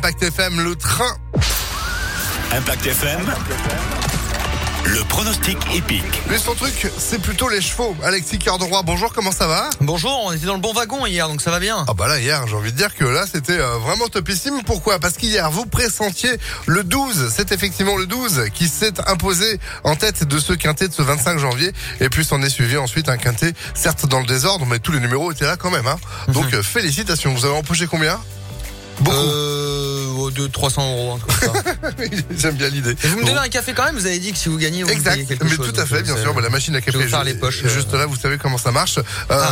Impact FM, le train. Impact FM, le pronostic épique. Mais son truc, c'est plutôt les chevaux. Alexis Cœur de Roi, bonjour, comment ça va Bonjour, on était dans le bon wagon hier, donc ça va bien. Ah bah là, hier, j'ai envie de dire que là, c'était euh, vraiment topissime. Pourquoi Parce qu'hier, vous pressentiez le 12. C'est effectivement le 12 qui s'est imposé en tête de ce quintet de ce 25 janvier. Et puis, s'en est suivi ensuite un quintet, certes dans le désordre, mais tous les numéros étaient là quand même. hein. Donc, euh, félicitations. Vous avez empoché combien Beaucoup. Euh, de 300 euros, un truc comme ça. J'aime bien l'idée. Et vous me Bon. donnez un café quand même, vous avez dit que si vous gagnez, vous me Exact, payez quelque mais chose. tout à donc, fait, euh, bien c'est- sûr. Bah, la machine à vais café, vous faire ju- les poches, euh, juste là, vous savez comment ça marche. Euh,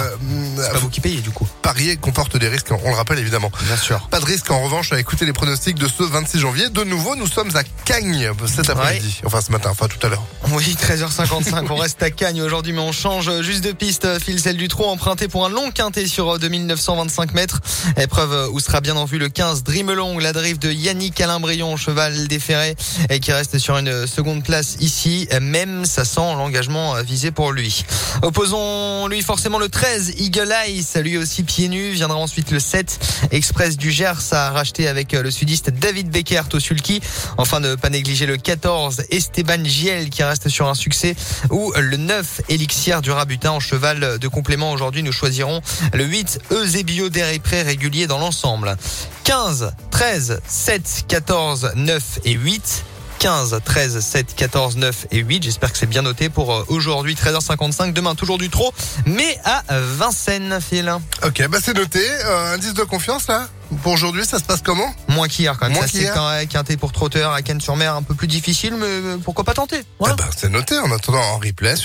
C'est pas vous qui payez du coup. Parier comporte des risques, on le rappelle évidemment. Bien sûr. Pas de risque en revanche à écouter les pronostics de ce 26 janvier. De nouveau, nous sommes à Cagnes cet après-midi. Enfin, ce matin, enfin tout à l'heure. Oui, 13h55, on reste à Cagnes aujourd'hui, mais on change juste de piste. File celle du trot, emprunté pour un long quintet sur euh, 2925 mètres. Épreuve euh, où sera bien en vue le 15 Dreamelong, la drive de Yannick Alain Brion, cheval déféré, et qui reste sur une euh, seconde place ici. Même, ça sent l'engagement euh, visé pour lui. Opposons lui forcément le 13, Eagle Eyes, lui aussi pieds nus. Viendra ensuite le 7, Express du Gers à racheter avec euh, le sudiste David Beckert au sulky. Enfin, ne pas négliger le 14, Esteban Giel qui reste sur un succès. Ou le 9, Elixir du Rabutin en cheval de complément. Aujourd'hui, nous choisirons le 8, Eusebio Derépré régulier dans l'ensemble. 15, 13, 7, 14, 9 et 8. 15, 13, 7, 14, 9 et 8. J'espère que c'est bien noté pour euh, aujourd'hui 13h55. Demain, toujours du trop, mais à Vincennes, Phil. Ok, bah c'est noté. Euh, indice de confiance là Pour aujourd'hui, ça se passe comment Moins qu'hier, quand même. Moins Ça, c'est qu'hier. quand même quinté pour trotteur à Cannes-sur-Mer, un peu plus difficile, mais euh, pourquoi pas tenter Voilà. Eh ben, C'est noté en attendant en replay sur